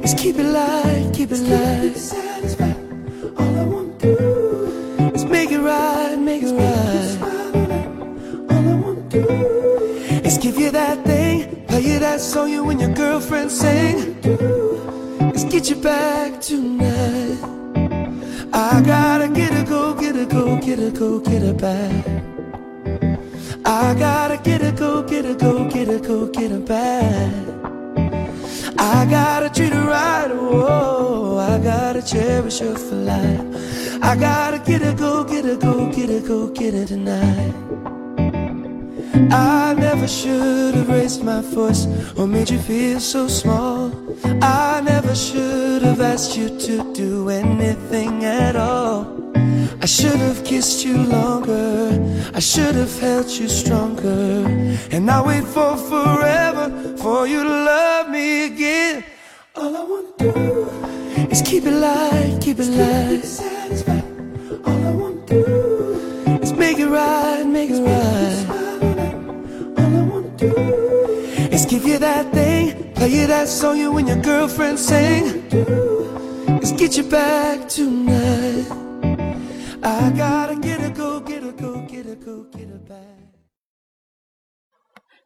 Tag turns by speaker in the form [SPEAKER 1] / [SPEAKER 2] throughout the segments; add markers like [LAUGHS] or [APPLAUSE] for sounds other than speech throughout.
[SPEAKER 1] Just keep it light, keep it light. Satisfied. All I want to do is make it right, make it right. All I want to do is give you that thing, play you that song you and your girlfriend sing. Let's get you back tonight. I gotta get a go, get a go, get a go, get a back. I gotta get a go, get a go, get a go, get a back. I gotta treat her right, oh, I gotta cherish her for life. I gotta get a go, get a go, get a go, get it tonight. I never should have raised my voice or made you feel so small. I never should have asked you to do anything at all. I should have kissed you longer. I should have held you stronger. And I wait for forever for you to love me again. All I want to do is keep it light, keep it light. Satisfied. All I want to do is make it right, make it right. All I want to do is give you that thing, play you that song you and your girlfriend sing. Let's get you back tonight. I gotta get a go, get a go, get a go, get a back.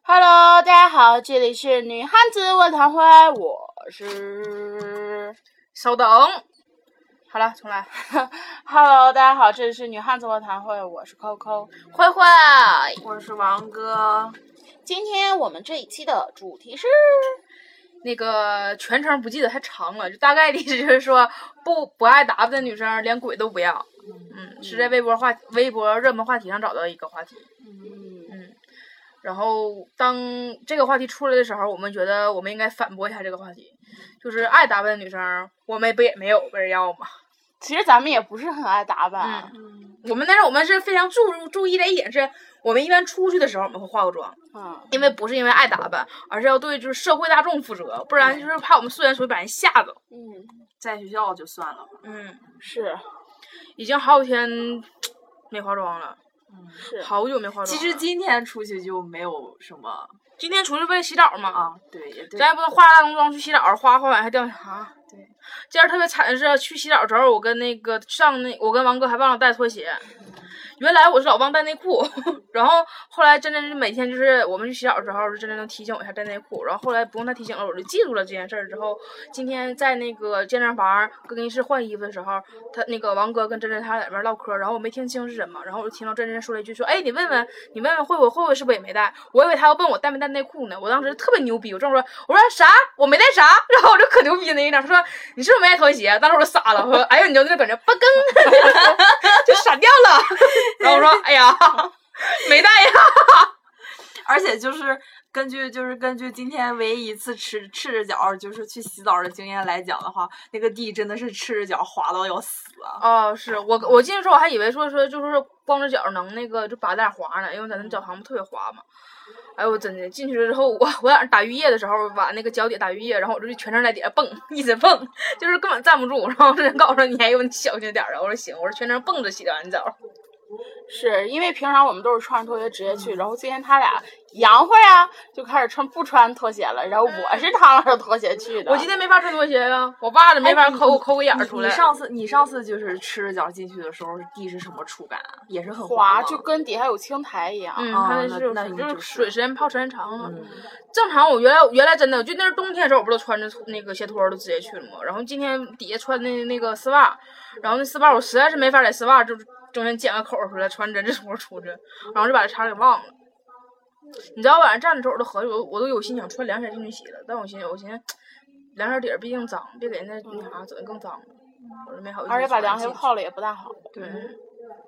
[SPEAKER 2] Hello，大家好，这里是女汉子问唐婚，我是稍等。好了，重来。Hello，大家好，这里是女汉子问唐婚，我是 Coco，
[SPEAKER 3] 慧慧，
[SPEAKER 2] 我是王哥。
[SPEAKER 3] 今天我们这一期的主题是，
[SPEAKER 2] 那个全程不记得太长了，就大概的意思就是说，不不爱打扮的女生连鬼都不要。嗯，是在微博话微博热门话题上找到一个话题。
[SPEAKER 3] 嗯，
[SPEAKER 2] 嗯，然后当这个话题出来的时候，我们觉得我们应该反驳一下这个话题，就是爱打扮的女生，我们不也没有被人要吗？
[SPEAKER 3] 其实咱们也不是很爱打扮，啊
[SPEAKER 2] 嗯，我们但是我们是非常注重注意的一点是，我们一般出去的时候我们会化个妆，
[SPEAKER 3] 嗯，
[SPEAKER 2] 因为不是因为爱打扮，而是要对就是社会大众负责，不然就是怕我们素颜所以把人吓着。
[SPEAKER 3] 嗯，
[SPEAKER 4] 在学校就算了吧，
[SPEAKER 2] 嗯，
[SPEAKER 3] 是
[SPEAKER 2] 已经好几天没化妆了，
[SPEAKER 3] 是，
[SPEAKER 2] 好久没化妆了。
[SPEAKER 4] 嗯其实今天出去就没有什么
[SPEAKER 2] 今天出去为了洗澡嘛，
[SPEAKER 4] 啊，对，也对，
[SPEAKER 2] 咱也不能化大浓妆去洗澡，化化完还掉那啥。
[SPEAKER 4] 对，
[SPEAKER 2] 今儿特别惨的是，去洗澡的时候，我跟那个上那，我跟王哥还忘了带拖鞋。
[SPEAKER 4] 嗯
[SPEAKER 2] 原来我是老忘带内裤， [LAUGHS] 然后后来真真是每天就是我们去洗澡的时候，就真真能提醒我一下带内裤。然后后来不用他提醒了，我就记住了这件事儿。之后今天在那个健身房更衣室换衣服的时候，他那个王哥跟真真他俩在那边唠嗑，然后我没听清是什么，然后我就听到真真说了一句说：“哎，你问问你问问慧慧，慧慧是不是也没带？”我以为他要问我带没带内裤呢，我当时特别牛逼，我这么说，我说啥？我没带啥， [LAUGHS] 然后我就可牛逼那一张，他说你是不是没带拖鞋？当时我就傻了，我说哎呦，你就那搁那嘣更， [LAUGHS] 就傻掉了。然后我说哎呀， [LAUGHS] 没带呀。
[SPEAKER 4] 而且就是根据就是根据今天唯一一次赤赤着脚就是去洗澡的经验来讲的话，那个地真的是赤着脚滑到要死啊！
[SPEAKER 2] 哦，是我我进去时候我还以为说说就是光着脚能那个就拔带滑呢，因为咱那脚旁不特别滑嘛。哎呦，我真的进去之后，我我在那打浴液的时候，把那个脚底打浴液，然后我就全程在底下蹦，一直蹦，就是根本站不住。然后人告诉我你还有你小心点儿啊，我说行，我说全程蹦着洗的完澡。
[SPEAKER 3] 是因为平常我们都是穿着拖鞋直接
[SPEAKER 2] 嗯
[SPEAKER 3] 去，然后今天他俩洋会啊，就开始穿不穿拖鞋了，然后我是趟着拖鞋去的，
[SPEAKER 2] 嗯我今天没法穿拖鞋啊，我袜子没法抠抠个眼儿
[SPEAKER 4] 哎你
[SPEAKER 2] 出来。
[SPEAKER 4] 你上次你上次就是赤着脚进去的时候，地是什么触感啊？也是很
[SPEAKER 3] 滑
[SPEAKER 4] 吗
[SPEAKER 3] 就跟底下有青苔一样，
[SPEAKER 2] 嗯，
[SPEAKER 4] 啊
[SPEAKER 2] 它
[SPEAKER 4] 那
[SPEAKER 2] 是有
[SPEAKER 4] 那
[SPEAKER 2] 水
[SPEAKER 4] 你
[SPEAKER 2] 就
[SPEAKER 4] 就是是
[SPEAKER 2] 水时间泡时间长了。
[SPEAKER 4] 嗯
[SPEAKER 2] 正常我原来原来真的，就那是冬天的时候，我不都穿着那个鞋拖儿都直接去了嘛。然后今天底下穿的那个丝袜，然后那丝袜我实在是没法在丝袜就是中间剪个口儿出来，穿针织拖出去，然后就把这茬儿给忘了。你知道晚上站着时候，我都合计，我我都有心想穿凉鞋进去洗了，但我寻思，我寻思凉鞋底儿毕竟脏，别给那那啥整得更脏了，我就没好意思穿
[SPEAKER 3] 而
[SPEAKER 2] 进去。
[SPEAKER 3] 且把凉鞋泡了也不大好，
[SPEAKER 2] 对，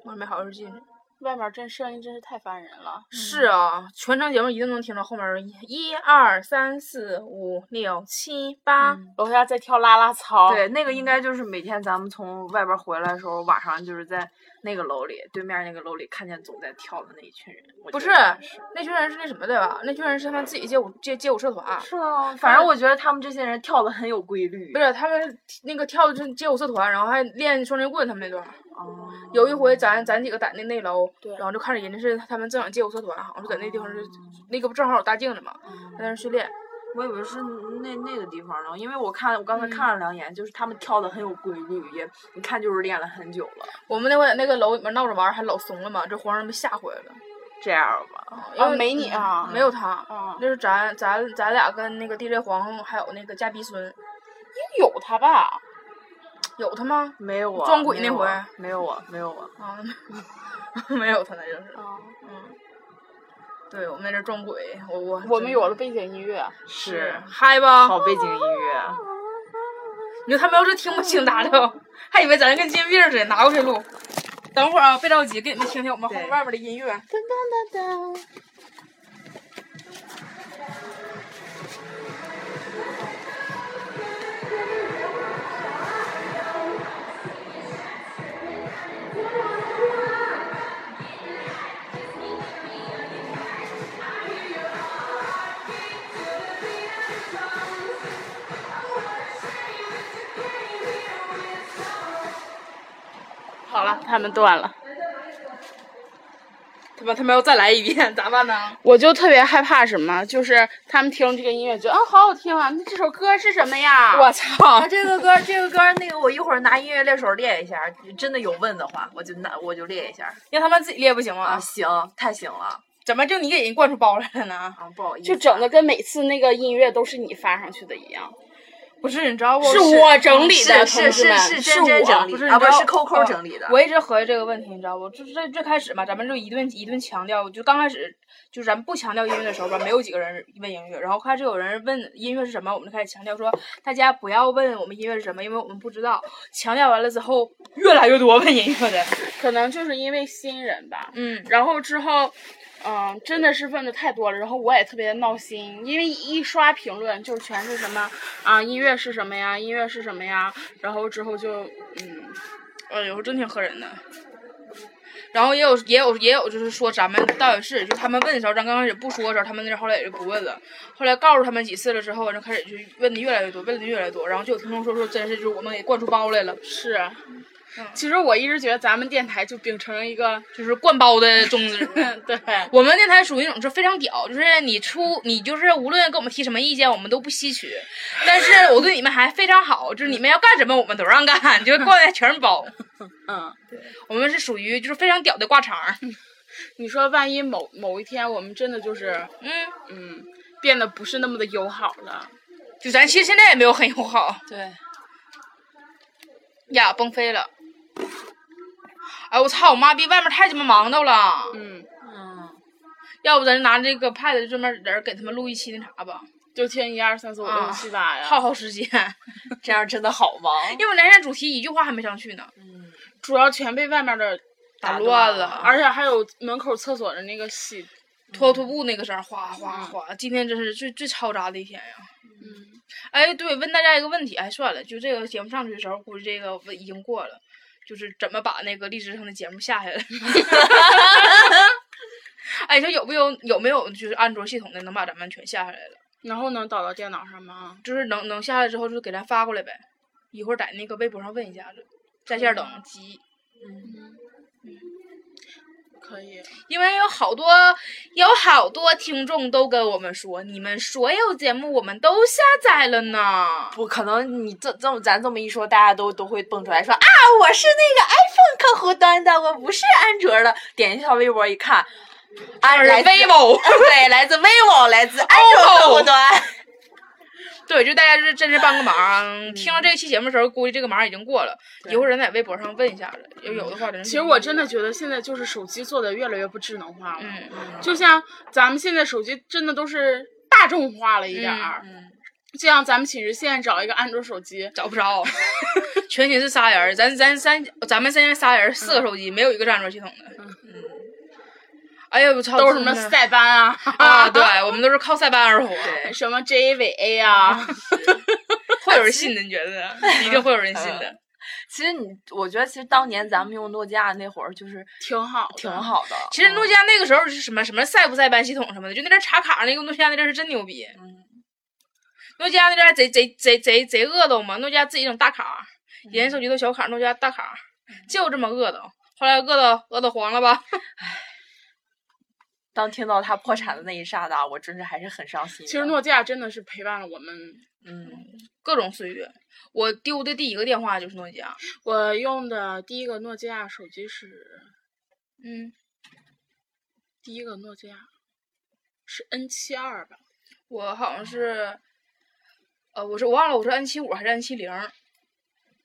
[SPEAKER 2] 我就没好意思进去。
[SPEAKER 3] 外面真声音真是太烦人了，
[SPEAKER 2] 是啊，全程节目一定能听到后面儿一二三四五六七八，
[SPEAKER 3] 楼下在跳啦啦操，
[SPEAKER 4] 对，那个应该就是每天咱们从外边回来的时候，晚上就是在那个楼里对面那个楼里看见总在跳的那一群人。我
[SPEAKER 2] 不
[SPEAKER 4] 觉
[SPEAKER 2] 是
[SPEAKER 4] 得真
[SPEAKER 2] 那群人是那什么的吧？那群人是他们自己街舞街街舞社团，
[SPEAKER 4] 是啊，反正我觉得他们这些人跳的很有规律。
[SPEAKER 2] 不是他们那个跳的是街舞社团，然后还练双截棍他们那段儿。
[SPEAKER 4] 哦
[SPEAKER 2] 有一回咱咱几个在那那楼
[SPEAKER 3] 对，哦
[SPEAKER 2] 然后就看着人家是他们正想街舞社团，好像是在那地方是那个不正好有大镜子嘛，在那儿训练。
[SPEAKER 4] 我以为是那那个地方呢，因为我看我刚才看了两眼，就是他们跳的很有规律，也你看就是练了很久了。
[SPEAKER 2] 我们那会在那个楼里面闹着玩儿，还老怂了嘛，这皇上被吓回来了。
[SPEAKER 4] 这样吧，
[SPEAKER 2] 因为
[SPEAKER 3] 哦没你啊
[SPEAKER 2] 没有他，
[SPEAKER 3] 啊，
[SPEAKER 2] 那是咱咱咱俩跟那个 DJ 黄还有那个加比孙，
[SPEAKER 3] 有他吧？
[SPEAKER 2] 有他吗？
[SPEAKER 4] 没有我
[SPEAKER 2] 撞鬼
[SPEAKER 4] 没
[SPEAKER 2] 那
[SPEAKER 4] 有
[SPEAKER 2] 回
[SPEAKER 4] 我没有我，没有我。
[SPEAKER 2] 啊， [LAUGHS] 没有他那就是，
[SPEAKER 3] 啊，
[SPEAKER 2] 嗯，对我们在这撞鬼，我我
[SPEAKER 3] 我们有了背景音乐，
[SPEAKER 2] 是嗨吧？
[SPEAKER 4] 好背景音乐，啊
[SPEAKER 2] 你说他们要是听不清咋整？还以为咱跟金病似的，拿过去录。等会儿啊，别着急，给你们听听我们后面
[SPEAKER 4] 对
[SPEAKER 2] 外边的音乐。
[SPEAKER 3] 好了，他们断了。
[SPEAKER 2] 他妈他们要再来一遍咋办呢？
[SPEAKER 3] 我就特别害怕什么，就是他们听这个音乐觉得啊好好听啊，那这首歌是什么呀？
[SPEAKER 2] 我操
[SPEAKER 4] 啊，！这个歌，这个歌，那个我一会儿拿音乐练手练一下，真的有问的话，我就拿我就练一下。
[SPEAKER 2] 让他们自己列不行
[SPEAKER 4] 啊，
[SPEAKER 2] 吗？
[SPEAKER 4] 行，太行了
[SPEAKER 2] 怎么就你给人灌出包来了呢？
[SPEAKER 4] 啊，不好意思，
[SPEAKER 3] 就整的跟每次那个音乐都是你发上去的一样，
[SPEAKER 2] 不是，你知道不？
[SPEAKER 3] 是我整理的，
[SPEAKER 4] 是
[SPEAKER 3] 同
[SPEAKER 4] 是
[SPEAKER 3] 志们
[SPEAKER 4] 是是真真
[SPEAKER 3] 我
[SPEAKER 4] 整理
[SPEAKER 2] 不是
[SPEAKER 4] 啊，
[SPEAKER 2] 你
[SPEAKER 4] 不
[SPEAKER 2] 知道
[SPEAKER 4] 是扣扣
[SPEAKER 2] 呃
[SPEAKER 4] 整理的。
[SPEAKER 2] 我一直合计这个问题，你知道不？就是最最开始嘛，咱们就一顿一顿强调，就刚开始就咱不强调音乐的时候吧，没有几个人问音乐，然后开始有人问音乐是什么，我们就开始强调说大家不要问我们音乐是什么，因为我们不知道。强调完了之后，越来越多问音乐的，
[SPEAKER 3] 可能就是因为新人吧。
[SPEAKER 2] 嗯，
[SPEAKER 3] 然后之后，嗯、真的是问的太多了，然后我也特别闹心，因为一刷评论就全是什么啊，音乐是什么呀，音乐是什么呀，然后之后就嗯，哎呦，真挺吓人的。
[SPEAKER 2] 然后也有也有也有就是说咱们倒也是，就他们问的时候，咱刚开始不说的时候，他们那后来也就不问了。后来告诉他们几次了之后，就开始就问的越来越多，问的越来越多，然后就有听众说说真是就是我们给灌出包来了，
[SPEAKER 3] 是，
[SPEAKER 2] 嗯
[SPEAKER 3] 其实我一直觉得咱们电台就秉承一个，
[SPEAKER 2] 就是灌包的宗旨。 [LAUGHS]
[SPEAKER 3] [LAUGHS] 对，
[SPEAKER 2] 我们电台属于那种是非常屌，就是你出你就是无论跟我们提什么意见，我们都不吸取。但是我对你们还非常好，就是你们要干什么我们都让干，就是过来全是包。
[SPEAKER 3] 嗯，
[SPEAKER 2] 我们是属于就是非常屌的挂肠儿。
[SPEAKER 3] 你说万一某某一天我们真的就是
[SPEAKER 2] 嗯，
[SPEAKER 3] 嗯，变得不是那么的友好了，
[SPEAKER 2] 就咱其实现在也没有很友好
[SPEAKER 3] 对，
[SPEAKER 2] 呀，崩飞了。哎，我操！我妈逼外面太鸡巴忙叨了，
[SPEAKER 3] 嗯，
[SPEAKER 2] 要不咱拿这个 pad 专门人给他们录一期那啥吧，
[SPEAKER 3] 就听一二三四五
[SPEAKER 2] 啊
[SPEAKER 3] 六七八呀，
[SPEAKER 2] 耗耗时间。 [LAUGHS]
[SPEAKER 4] 这样真的好吗？
[SPEAKER 2] 因为我们连线主题一句话还没上去呢，
[SPEAKER 3] 主要全被外面的
[SPEAKER 2] 打
[SPEAKER 4] 打
[SPEAKER 2] 乱
[SPEAKER 4] 乱
[SPEAKER 2] 了，
[SPEAKER 4] 了
[SPEAKER 3] 而且还有门口厕所的那个戏，
[SPEAKER 2] 拖拖布那个声儿，哗哗哗！今天真是最最嘈杂的一天呀。哎，对，问大家一个问题，哎，算了，就这个节目上去的时候，估计这个问已经过了，就是怎么把那个荔枝上的节目下下来。哎，你说有没有有没有就是安卓系统的能把咱们全下下来了？
[SPEAKER 3] 然后能导到电脑上吗？
[SPEAKER 2] 就是能能下来之后，就给咱发过来呗。一会儿在那个微博上问一下子，在线等急。
[SPEAKER 3] 可以，
[SPEAKER 2] 因为有好多有好多听众都跟我们说，你们所有节目我们都下载了呢。
[SPEAKER 4] 不可能，你这这么咱这么一说，大家都都会蹦出来说啊，我是那个 iPhone 客户端的，我不是安卓的。点一下微博一看，安来自
[SPEAKER 2] vivo，
[SPEAKER 4] [LAUGHS] 对，来自 vivo，来自安卓客户端。
[SPEAKER 2] 对，就大家就是真是帮个 [LAUGHS] 忙。听到这期节目的时候，估计这个忙已经过了。一会儿人在微博上问一下子，要有的话，
[SPEAKER 3] 其实我真的觉得现在就是手机做的越来越不智能化了，
[SPEAKER 2] 嗯，
[SPEAKER 3] 就像咱们现在手机真的都是大众化了一点儿，就像咱们寝室现在找一个安卓手机，
[SPEAKER 2] 找不着， [LAUGHS] 全寝室仨人儿，咱咱三咱们现在仨人儿四个手机，没有一个是安卓系统的。嗯，哎呀，我操，
[SPEAKER 3] 都是什么
[SPEAKER 2] 真的
[SPEAKER 3] 塞班啊，
[SPEAKER 2] 啊？对，我们都是靠塞班而活。
[SPEAKER 4] 对
[SPEAKER 3] 什么 J 尾 A 啊，
[SPEAKER 2] 会有人信的，你觉 [LAUGHS] 得呢？一定会有人信的。
[SPEAKER 4] 其实你，我觉得其实当年咱们用诺基亚那会儿就是
[SPEAKER 3] 挺好的，
[SPEAKER 4] 挺好的。
[SPEAKER 3] 嗯
[SPEAKER 2] 其实诺基亚那个时候是什么什么塞不塞班系统什么的，就那阵儿插卡那个诺基亚那阵儿是真牛逼。
[SPEAKER 4] 嗯
[SPEAKER 2] 诺基亚那阵儿还贼贼贼贼贼恶斗嘛，诺基亚自己整大卡，
[SPEAKER 3] 嗯
[SPEAKER 2] 人家手机都小卡，诺基亚大卡，就这么恶斗。后来恶斗恶斗黄了吧？
[SPEAKER 4] 当听到他破产的那一刹那，我真是还是很伤心的。
[SPEAKER 3] 其实诺基亚真的是陪伴了我们。
[SPEAKER 4] 嗯，
[SPEAKER 2] 各种岁月。我丢的第一个电话就是诺基亚，
[SPEAKER 3] 我用的第一个诺基亚手机是
[SPEAKER 2] 嗯，
[SPEAKER 3] 第一个诺基亚是 N 七二吧？
[SPEAKER 2] 我好像是，呃，我是我忘了我是 N 七五还是 N 七零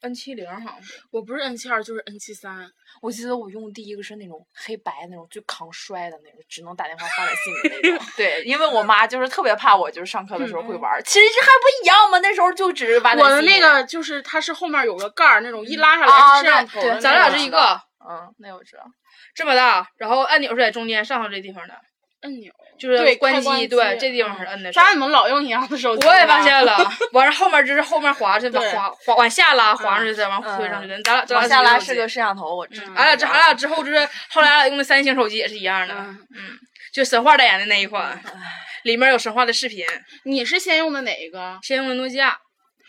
[SPEAKER 2] ，N 七零好像是。
[SPEAKER 3] 我不是 N 七二就是 N 七三。
[SPEAKER 4] 我记得我用的第一个是那种黑白那种最抗摔的那种，只能打电话发短信的那种。 [LAUGHS] 嗯对，因为我妈就是特别怕我，就是上课的时候会玩儿。其实这还不一样吗？那时候就只是玩
[SPEAKER 3] 我的那，个就是它是后面有个盖儿那
[SPEAKER 2] 嗯
[SPEAKER 3] 种，一拉下来
[SPEAKER 4] 啊
[SPEAKER 3] 是摄像
[SPEAKER 4] 对
[SPEAKER 3] 头
[SPEAKER 4] 对
[SPEAKER 3] 的那
[SPEAKER 2] 咱俩
[SPEAKER 4] 这
[SPEAKER 2] 是
[SPEAKER 3] 种
[SPEAKER 2] 一个
[SPEAKER 4] 嗯，那我知道。
[SPEAKER 2] 这么大，然后按钮是在中间上头这地方的，
[SPEAKER 3] 按钮。
[SPEAKER 2] 就是
[SPEAKER 3] 对
[SPEAKER 2] 关
[SPEAKER 3] 开关
[SPEAKER 2] 机，
[SPEAKER 3] 机
[SPEAKER 2] 对，这地方是摁的。
[SPEAKER 3] 咱俩怎么老用一样的手机？
[SPEAKER 2] 我也发。现了，完事后面就是后面滑去，
[SPEAKER 3] 对
[SPEAKER 2] 滑滑往下拉，滑上去再往推上去的。咱俩咱
[SPEAKER 4] 往
[SPEAKER 2] 俩
[SPEAKER 4] 下拉
[SPEAKER 2] 是
[SPEAKER 4] 是
[SPEAKER 2] 一个
[SPEAKER 4] 个嗯
[SPEAKER 2] 手
[SPEAKER 4] 啊
[SPEAKER 2] 机，
[SPEAKER 4] 摄像头，我知。
[SPEAKER 2] 俺俩这俺俩之后就是后来俺俩用的三星手机也是一样的，
[SPEAKER 3] 嗯，
[SPEAKER 2] 就神话代言的那一款，里面有神话的视频。
[SPEAKER 3] 你是先用的哪一个？
[SPEAKER 2] 先用的诺基亚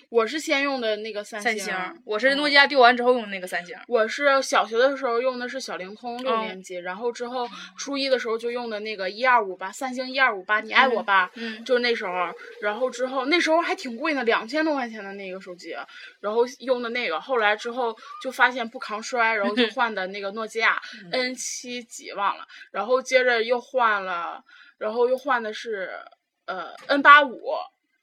[SPEAKER 3] 我是先用的那个三啊
[SPEAKER 2] 三星，我是诺基亚丢完之后用的那个三星。
[SPEAKER 3] 我是小学的时候用的是小灵通
[SPEAKER 2] 哦
[SPEAKER 3] 六年级，然后之后初一的时候就用的那个一二五八，三星一二五八，你爱我吧，
[SPEAKER 2] 嗯
[SPEAKER 3] 就那时候，然后之后那时候还挺贵呢，两千多块钱的那个手机，然后用的那个，后来之后就发现不抗摔，然后
[SPEAKER 4] [LAUGHS]
[SPEAKER 3] 就换的那个诺基亚
[SPEAKER 4] 嗯
[SPEAKER 3] N 七几忘了，然后接着又换了，然后又换的是呃 N 八五，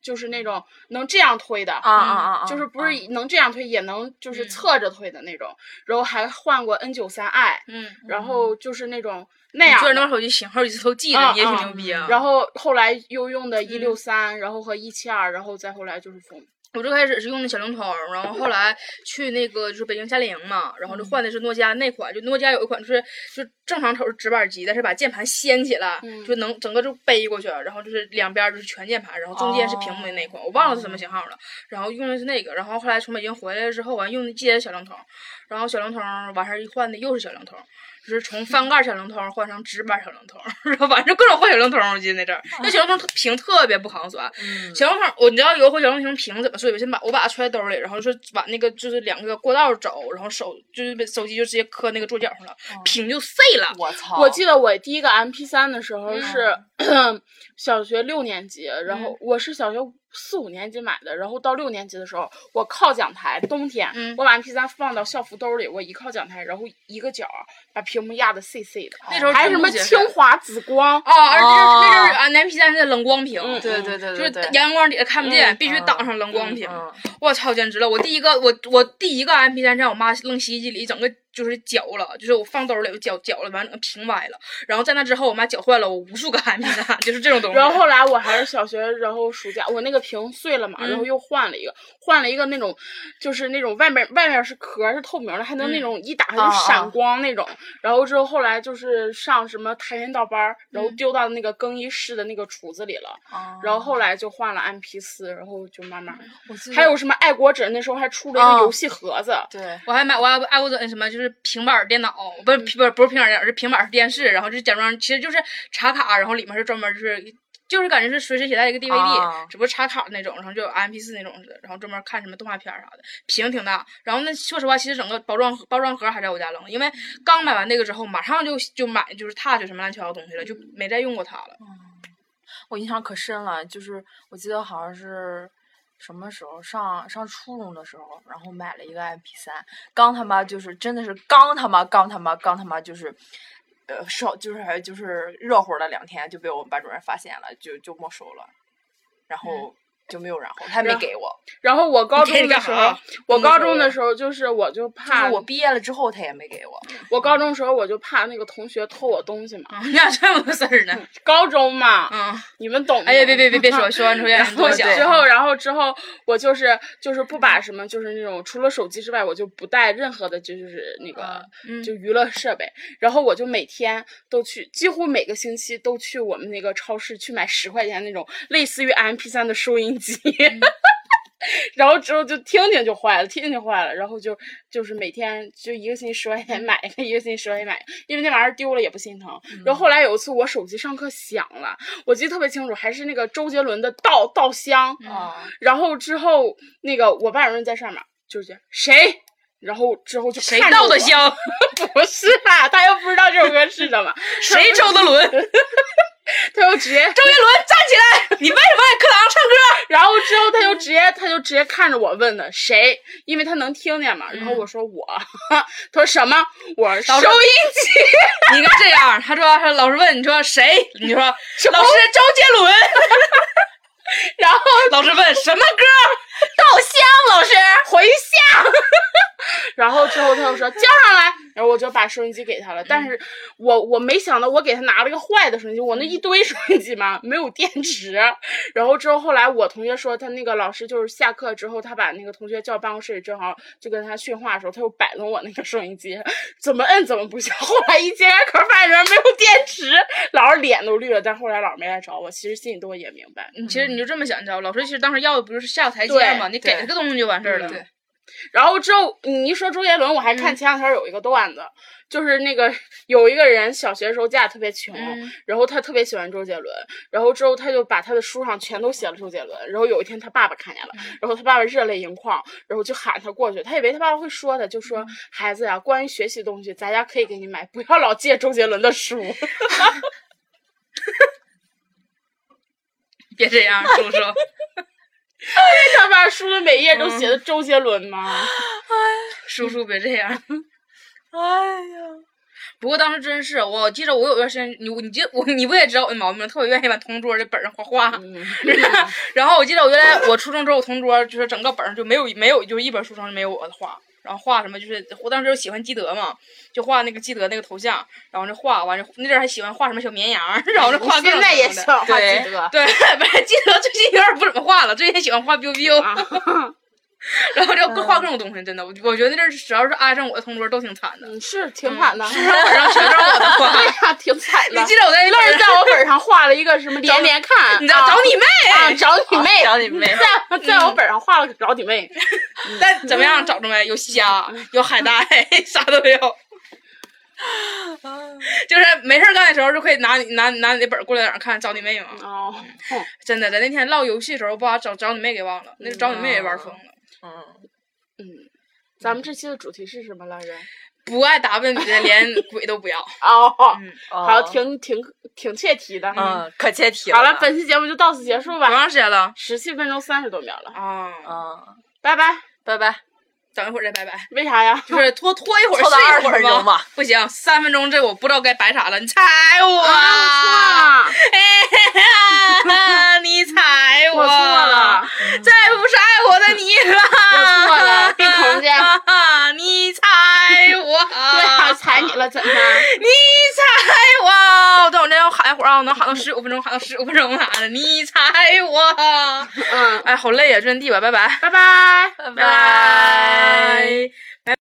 [SPEAKER 3] 就是那种能这样推的嗯
[SPEAKER 4] 啊啊啊！啊嗯
[SPEAKER 3] 就是不是能这样推，也能就是侧着推的那种。然后还换过 N 九三 i，
[SPEAKER 2] 嗯，
[SPEAKER 3] 然后就是那种那
[SPEAKER 2] 你
[SPEAKER 3] 样
[SPEAKER 2] 就是
[SPEAKER 3] 的。
[SPEAKER 2] 能把手机型号一直都记着，
[SPEAKER 3] 嗯
[SPEAKER 2] 你也挺
[SPEAKER 3] 嗯
[SPEAKER 2] 牛逼啊。嗯
[SPEAKER 3] 然后后来又用的一六三，然后和一七二，然后再后来就是风。
[SPEAKER 2] 我最开始是用的小灵通，然后后来去那个就是北京夏令营嘛，然后就换的是诺基亚那款，就诺基亚有一款就是就正常瞅是直板机，但是把键盘掀起来，
[SPEAKER 3] 嗯
[SPEAKER 2] 就能整个就背过去，然后就是两边就是全键盘，然后中间是屏幕的那一款，我忘了是什么型号了，然后用的是那个，然后后来从北京回来之后完用的接着小灵通，然后小灵通完事儿一换的又是小灵通。就是从翻盖小灵通换成直板小灵通， [LAUGHS] 然后反正各种换小灵通，我记得那阵儿，那小灵通屏特别不抗摔，
[SPEAKER 4] 嗯
[SPEAKER 2] 小灵通，我你知道有一回小灵通屏怎么碎吧？先把我把它揣兜里，然后是把那个就是两个过道走，然后手就是被手机就直接磕那个桌角上了，
[SPEAKER 3] 哦
[SPEAKER 2] 屏就碎了。
[SPEAKER 4] 我操！
[SPEAKER 3] 我记得我第一个 MP 三的时
[SPEAKER 2] 嗯
[SPEAKER 3] 候是 [CLEARS THROAT] 小学六年级，然后我是小学四五年级买的，然后到六年级的时候，我靠讲台，冬天
[SPEAKER 2] 嗯
[SPEAKER 3] 我把 MP 三放到校服兜里，我一靠讲台，然后一个角儿把屏幕压得碎碎的，
[SPEAKER 2] 那时候
[SPEAKER 3] 还
[SPEAKER 2] 真
[SPEAKER 3] 什
[SPEAKER 2] 不
[SPEAKER 3] 么
[SPEAKER 2] 解释
[SPEAKER 3] 清华紫光，
[SPEAKER 2] 啊，而且
[SPEAKER 4] 哦
[SPEAKER 2] 那阵儿俺 M P 三是冷光屏，
[SPEAKER 3] 嗯
[SPEAKER 4] 对对对
[SPEAKER 2] 就
[SPEAKER 4] 对
[SPEAKER 2] 是
[SPEAKER 4] 对，
[SPEAKER 2] 阳光底下看不见，
[SPEAKER 3] 嗯
[SPEAKER 2] 必须
[SPEAKER 4] 嗯
[SPEAKER 2] 挡上冷光屏。
[SPEAKER 4] 嗯
[SPEAKER 2] 我操，简直了！我第一个我我第一个 M P 三让我妈扔洗衣机里，整个就是绞了，就是我放兜里我绞绞了，完整个屏歪了。然后在那之后，我妈绞坏了我无数个 M P 三，就是这种东西。
[SPEAKER 3] 然后后来我还是小学，然后暑假我那个屏碎了嘛，然后又换了一个，换了一个那种，就是那种外面外面是壳是透明的，还能那种一打开
[SPEAKER 4] 啊
[SPEAKER 3] 就
[SPEAKER 4] 啊
[SPEAKER 3] 闪光那种。然后之后后来就是上什么跆拳道班儿，然后丢到那个更衣室的那个橱子里了。
[SPEAKER 4] 嗯
[SPEAKER 3] 然后后来就换了 MP 四，然后就慢慢
[SPEAKER 4] 我记得
[SPEAKER 3] 还有什么爱国者，那时候还出了一
[SPEAKER 4] 啊
[SPEAKER 3] 个游戏盒子。
[SPEAKER 4] 对。
[SPEAKER 2] 我还买我还爱我整什么，就是平板儿电脑，不
[SPEAKER 3] 嗯
[SPEAKER 2] 是平不是不是平板儿电脑，是平板儿电视，然后就假装其实就是插卡，然后里面是专门就是就是感觉是随身携带一个 DVD，、
[SPEAKER 3] 哦
[SPEAKER 4] 啊
[SPEAKER 2] 只不过插卡那种，然后就有 MP 四那种似的，然后专门看什么动画片儿啥的，屏挺大。然后那说实话，其实整个包装包装盒还在我家扔，因为刚买完那个之后，马上就就买就是 Touch 什么乱七八糟东西了，就没再用过它了。
[SPEAKER 4] 我印象可深了，就是我记得好像是什么时候上上初中的时候，然后买了一个 MP 三，刚他妈就是真的是刚他妈刚他妈刚他妈就是。呃，烧就是还就是热乎了两天，就被我们班主任发现了，就就没收了，然后就没有然后，他没
[SPEAKER 3] 嗯然
[SPEAKER 4] 给我，
[SPEAKER 3] 然后我高
[SPEAKER 2] 你给
[SPEAKER 3] 中
[SPEAKER 2] 你干
[SPEAKER 3] 的时
[SPEAKER 2] 啥
[SPEAKER 3] 候
[SPEAKER 2] 啊，
[SPEAKER 3] 我
[SPEAKER 2] 这么
[SPEAKER 3] 高
[SPEAKER 2] 说
[SPEAKER 3] 中
[SPEAKER 2] 呀
[SPEAKER 3] 的时候就是我就
[SPEAKER 4] 就是
[SPEAKER 3] 怕
[SPEAKER 4] 我毕业了之后他也没给我。
[SPEAKER 3] 我高中的时候我就怕那个同学偷我东西嘛。
[SPEAKER 2] 啊， [LAUGHS] 你俩这么多事儿呢？
[SPEAKER 3] 高中嘛，
[SPEAKER 2] 嗯，
[SPEAKER 3] 你们懂的。
[SPEAKER 2] 哎呀，别别别别说，说完之后让人
[SPEAKER 3] 然后
[SPEAKER 2] 多想。
[SPEAKER 3] 之后，然后之后，我就是就是不把什么就是那种除了手机之外，我就不带任何的，就就是那个、
[SPEAKER 2] 嗯
[SPEAKER 3] 就娱乐设备。然后我就每天都去，几乎每个星期都去我们那个超市去买十块钱那种类似于 M P 三的收音机。然后之后就听听就坏了，听听就坏了，然后就就是每天就一个星期十块钱买 [LAUGHS] 一个，一个星期十块钱买一个，因为那玩意儿丢了也不心疼。
[SPEAKER 2] 嗯
[SPEAKER 3] 然后后来有一次我手机上课响了，我记得特别清楚，还是那个周杰伦的《稻稻香》
[SPEAKER 2] 嗯
[SPEAKER 4] 啊、
[SPEAKER 3] 然后之后那个我班主任在上面就是这样谁然后之后就
[SPEAKER 2] 谁
[SPEAKER 3] 看着
[SPEAKER 2] 倒的
[SPEAKER 3] 我？
[SPEAKER 2] 香？
[SPEAKER 3] [LAUGHS] 不是啦，他又不知道这首歌是什么，
[SPEAKER 2] 谁周的伦？周杰伦
[SPEAKER 3] 他又直接，
[SPEAKER 2] 站起来！你为什么在课堂上唱歌？
[SPEAKER 3] 然后之后他就直接，他就直接看着我问的谁，因为他能听见嘛。然后我说我， [LAUGHS] 他说什么？我说
[SPEAKER 2] 导
[SPEAKER 3] 收
[SPEAKER 2] 师
[SPEAKER 3] 音机。
[SPEAKER 2] 你应该这样，他说，他老师问你说谁，你说老师周杰 [LAUGHS] 伦，
[SPEAKER 3] 然后
[SPEAKER 2] 老师问什么歌，稻香，老师
[SPEAKER 3] 回下， [LAUGHS] 然后之后他又说交上来，然后我就把收音机给他了。但是我我没想到，我给他拿了个坏的收音机，我那一堆收音机嘛 [LAUGHS] 没有电池。然后之后后来我同学说，他那个老师就是下课之后，他把那个同学叫办公室里，正好就跟他训话的时候，他又摆弄我那个收音机， [LAUGHS] 怎么摁怎么不响。 [LAUGHS] 后来一揭开壳，发现里面没有电池，老师脸都绿了。但后来老师没来找我，其实心里头也明白。
[SPEAKER 2] 你其实你就这么想，你知道吗？老师其实当时要的不就是下个台阶
[SPEAKER 3] 对
[SPEAKER 2] 吗？你给
[SPEAKER 4] 对
[SPEAKER 2] 他个东西就完事儿了。
[SPEAKER 3] 对然后之后你一说周杰伦，我还
[SPEAKER 2] 嗯
[SPEAKER 3] 看前两天有一个段子，就是那个有一个人小学时候家里特别穷，
[SPEAKER 2] 嗯
[SPEAKER 3] 然后他特别喜欢周杰伦，然后之后他就把他的书上全都写了周杰伦。然后有一天他爸爸看见了，
[SPEAKER 2] 嗯
[SPEAKER 3] 然后他爸爸热泪盈眶，然后就喊他过去。他以为他爸爸会说他，就说、
[SPEAKER 2] 嗯
[SPEAKER 3] 孩子呀、关于学习的东西，咱家可以给你买，不要老借周杰伦的书。 [LAUGHS]
[SPEAKER 2] 别这样，叔叔。
[SPEAKER 3] 他把书的每页都
[SPEAKER 2] 嗯
[SPEAKER 3] 写的周杰伦吗？
[SPEAKER 2] 叔叔别这样。
[SPEAKER 4] 哎呀，
[SPEAKER 2] 不过当时真是，我记着我有段时间，你你记我你不也知道我的毛病，特别愿意往同桌的本上画画。
[SPEAKER 3] 嗯，
[SPEAKER 2] [LAUGHS] 然后我记得我原来我初中之后，我同桌就是整个本上就没有没有就是一本书上就没有我的画，然后画什么就是我当时就喜欢基德嘛，就画那个基德那个头像，然后就画完了那阵儿还喜欢画什么小绵羊，然后就画各
[SPEAKER 3] 现
[SPEAKER 2] 种
[SPEAKER 3] 在也
[SPEAKER 2] 什么
[SPEAKER 3] 喜
[SPEAKER 2] 的
[SPEAKER 3] 欢画
[SPEAKER 4] 对
[SPEAKER 3] 基德
[SPEAKER 2] 对， [LAUGHS] 不是基德最近有点不怎么画了，最近喜欢画 biu biu，、
[SPEAKER 3] 啊。 [LAUGHS] 嗯
[SPEAKER 2] 然后就各画各种东西，真的，我我觉得那阵儿只要是挨上我的同桌都挺惨的， [LAUGHS]
[SPEAKER 3] 嗯，是挺惨的，
[SPEAKER 2] 本上全都是我的画。
[SPEAKER 3] [LAUGHS] 对呀，挺惨的。
[SPEAKER 2] 啊你记得我
[SPEAKER 3] [LAUGHS]
[SPEAKER 2] 在那
[SPEAKER 3] 愣是
[SPEAKER 2] 儿
[SPEAKER 3] 在我本儿上画了一个什么
[SPEAKER 2] 找
[SPEAKER 3] 连
[SPEAKER 2] 你
[SPEAKER 3] 连看， [LAUGHS]
[SPEAKER 2] 你知道
[SPEAKER 3] 啊
[SPEAKER 2] 找你妹，
[SPEAKER 3] 啊，找你 [LAUGHS] 妹，嗯
[SPEAKER 4] 找你妹
[SPEAKER 3] 在在我本儿上画了个找你妹，
[SPEAKER 2] 但怎么样找着没？有虾，有海带， [LAUGHS] 啥都有。就是没事儿干的时候就可以拿你拿拿你的本儿过来哪儿看找你妹嘛，
[SPEAKER 3] 哦，
[SPEAKER 2] 真的，咱那天唠游戏的时候，不把找找你妹给忘了，那找你妹也玩疯了，
[SPEAKER 4] 嗯，
[SPEAKER 3] 嗯，咱们这期的主题是什么来着？
[SPEAKER 2] 不爱打扮女的连鬼都不要。
[SPEAKER 3] 哦，
[SPEAKER 2] 嗯，
[SPEAKER 3] 好，
[SPEAKER 4] 哦，
[SPEAKER 3] 挺挺挺切题的。
[SPEAKER 4] 嗯，可切题
[SPEAKER 3] 好了，嗯本期节目就到此结束
[SPEAKER 2] 多
[SPEAKER 3] 吧，
[SPEAKER 2] 长时间了？
[SPEAKER 3] 十七分钟三十多秒了，
[SPEAKER 2] 啊，
[SPEAKER 4] 嗯，
[SPEAKER 3] 拜拜。
[SPEAKER 4] 拜拜，
[SPEAKER 2] 等一会儿再拜拜。
[SPEAKER 3] 为啥呀？
[SPEAKER 2] 就是拖拖一会儿
[SPEAKER 4] 凑到
[SPEAKER 2] 是一
[SPEAKER 4] 20
[SPEAKER 2] 会儿
[SPEAKER 4] 分钟吧
[SPEAKER 2] 不行，三分钟这我不知道该摆啥了，你踩我！
[SPEAKER 3] 啊，
[SPEAKER 2] 哎呀， [LAUGHS] 你踩我！
[SPEAKER 3] 我错了，
[SPEAKER 2] 再不是爱我的你了。
[SPEAKER 3] 我错了闭口去
[SPEAKER 2] [LAUGHS] 你踩我！
[SPEAKER 3] 对呀，踩你了，怎么？
[SPEAKER 2] 你踩我！等我这要喊一会儿啊，我能喊到十五分钟，喊到十五分钟啥的。你踩我！
[SPEAKER 3] 嗯，
[SPEAKER 2] 哎，好累呀、啊，真地吧，拜拜。
[SPEAKER 3] 拜拜。
[SPEAKER 4] 拜
[SPEAKER 2] 拜拜